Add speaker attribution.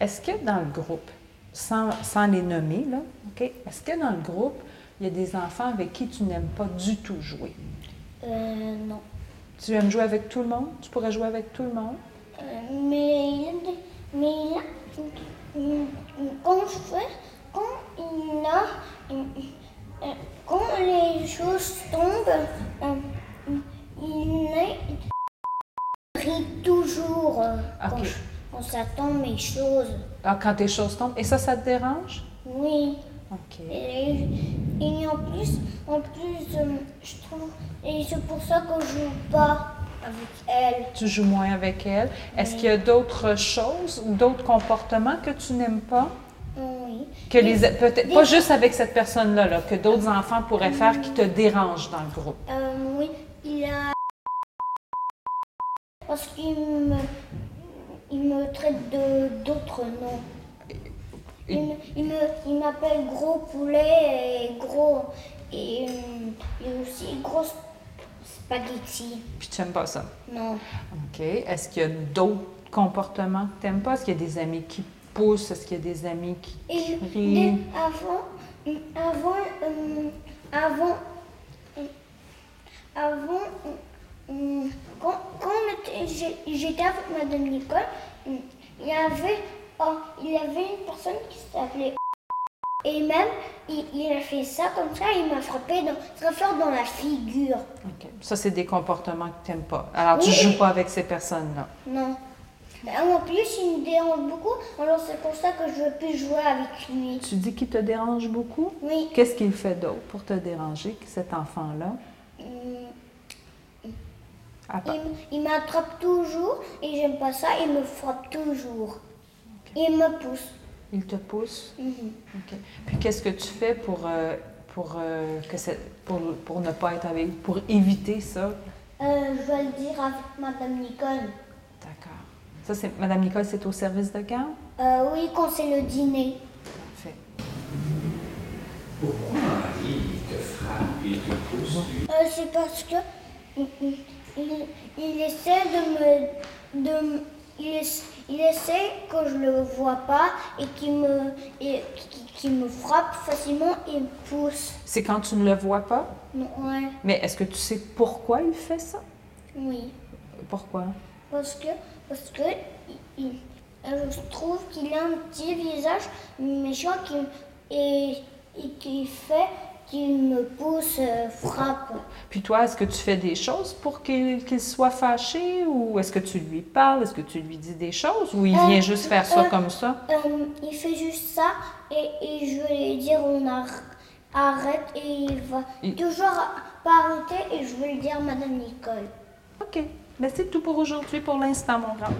Speaker 1: Est-ce que dans le groupe, sans, sans les nommer, là, OK, est-ce que dans le groupe, il y a des enfants avec qui tu n'aimes pas du tout jouer?
Speaker 2: Euh, non.
Speaker 1: Tu aimes jouer avec tout le monde? Tu pourrais jouer avec tout le monde?
Speaker 2: Euh, mais il y a des- mais il y a- hum, hum, quand je fais, quand il y a, hum, hum, euh, quand les choses tombent, hum, hum, il est- il rit toujours euh, quand,
Speaker 1: Ok.
Speaker 2: je- quand ça tombe mes choses.
Speaker 1: Alors, Ah, quand tes choses tombent, et ça, ça te dérange?
Speaker 2: Oui.
Speaker 1: OK.
Speaker 2: Et, et en plus, en plus, euh, je trouve, et c'est pour ça que je joue pas avec elle.
Speaker 1: Tu joues moins avec elle. Est-ce qu'il y a d'autres choses ou d'autres comportements que tu n'aimes pas?
Speaker 2: Oui.
Speaker 1: Que les, peut-être,
Speaker 2: des-
Speaker 1: pas juste avec cette personne-là, là, que d'autres enfants pourraient faire qui te dérangent dans le groupe.
Speaker 2: Euh, oui, il a. Parce qu'il me, il me traite de d'autres noms.
Speaker 1: Et-
Speaker 2: Il, me- il me, il m'appelle gros poulet et gros. Et, euh, et aussi gros spaghetti.
Speaker 1: Puis tu n'aimes pas ça.
Speaker 2: Non.
Speaker 1: OK. Est-ce qu'il y a d'autres comportements que tu n'aimes pas? Est-ce qu'il y a des amis qui poussent? Est-ce qu'il y a des amis qui
Speaker 2: Et
Speaker 1: crient?
Speaker 2: dès- avant, avant, euh, avant, euh, avant, euh, quand, quand on était- j'ai- j'étais avec Madame Nicole, euh, il y avait, oh, il y avait une personne qui s'appelait et même il, il a fait ça comme ça, il m'a frappé dans, très fort dans la figure.
Speaker 1: OK. Ça, c'est des comportements que tu n'aimes pas. Alors, tu
Speaker 2: Oui,
Speaker 1: joues
Speaker 2: et-
Speaker 1: pas avec ces personnes-là.
Speaker 2: Non. En plus, il me dérange beaucoup, alors c'est pour ça que je veux plus jouer avec lui.
Speaker 1: Tu dis qu'il te dérange beaucoup?
Speaker 2: Oui.
Speaker 1: Qu'est-ce qu'il fait d'autre pour te déranger, cet enfant-là?
Speaker 2: Hum.
Speaker 1: À part-
Speaker 2: Il, m- il m'attrape toujours et j'aime pas ça, il me frappe toujours. Il me pousse.
Speaker 1: Il te pousse?
Speaker 2: Mhm.
Speaker 1: OK. Puis qu'est-ce que tu fais pour, euh, pour, euh, que c'est- pour, pour ne pas être avec pour éviter ça?
Speaker 2: Euh, je vais le dire avec Madame Nicole.
Speaker 1: D'accord. Ça, c'est Madame Nicole, c'est au service de garde?
Speaker 2: Euh, oui, quand c'est le dîner.
Speaker 1: Parfait.
Speaker 3: Pourquoi Henri il te frappe, il te pousse, lui?
Speaker 2: Euh, c'est parce que il, il- il- il essaie de me, de m- il, ess- il essaie que je le vois pas et qu'il me, et qu'il- qu'il me frappe facilement et me pousse.
Speaker 1: C'est quand tu ne le vois pas?
Speaker 2: Non, ouais,
Speaker 1: Mais est-ce que tu sais pourquoi il fait ça?
Speaker 2: oui.
Speaker 1: Pourquoi?
Speaker 2: Parce que, parce que il- il- euh, je trouve qu'il a un petit visage méchant qui, et, et qui fait qu'il me pousse, euh, frappe.
Speaker 1: Puis toi, est-ce que tu fais des choses pour qu'il qu'il soit fâché ou est-ce que tu lui parles? Est-ce que tu lui dis des choses ou il
Speaker 2: Euh,
Speaker 1: vient juste faire ça
Speaker 2: euh,
Speaker 1: comme ça?
Speaker 2: Euh, il fait juste ça et, et je vais lui dire on ar- arrête et il va
Speaker 1: Il-
Speaker 2: toujours pas arrêter et je vais le dire à Madame Nicole.
Speaker 1: Ben, OK. Mais c'est tout pour aujourd'hui, pour l'instant, mon grand.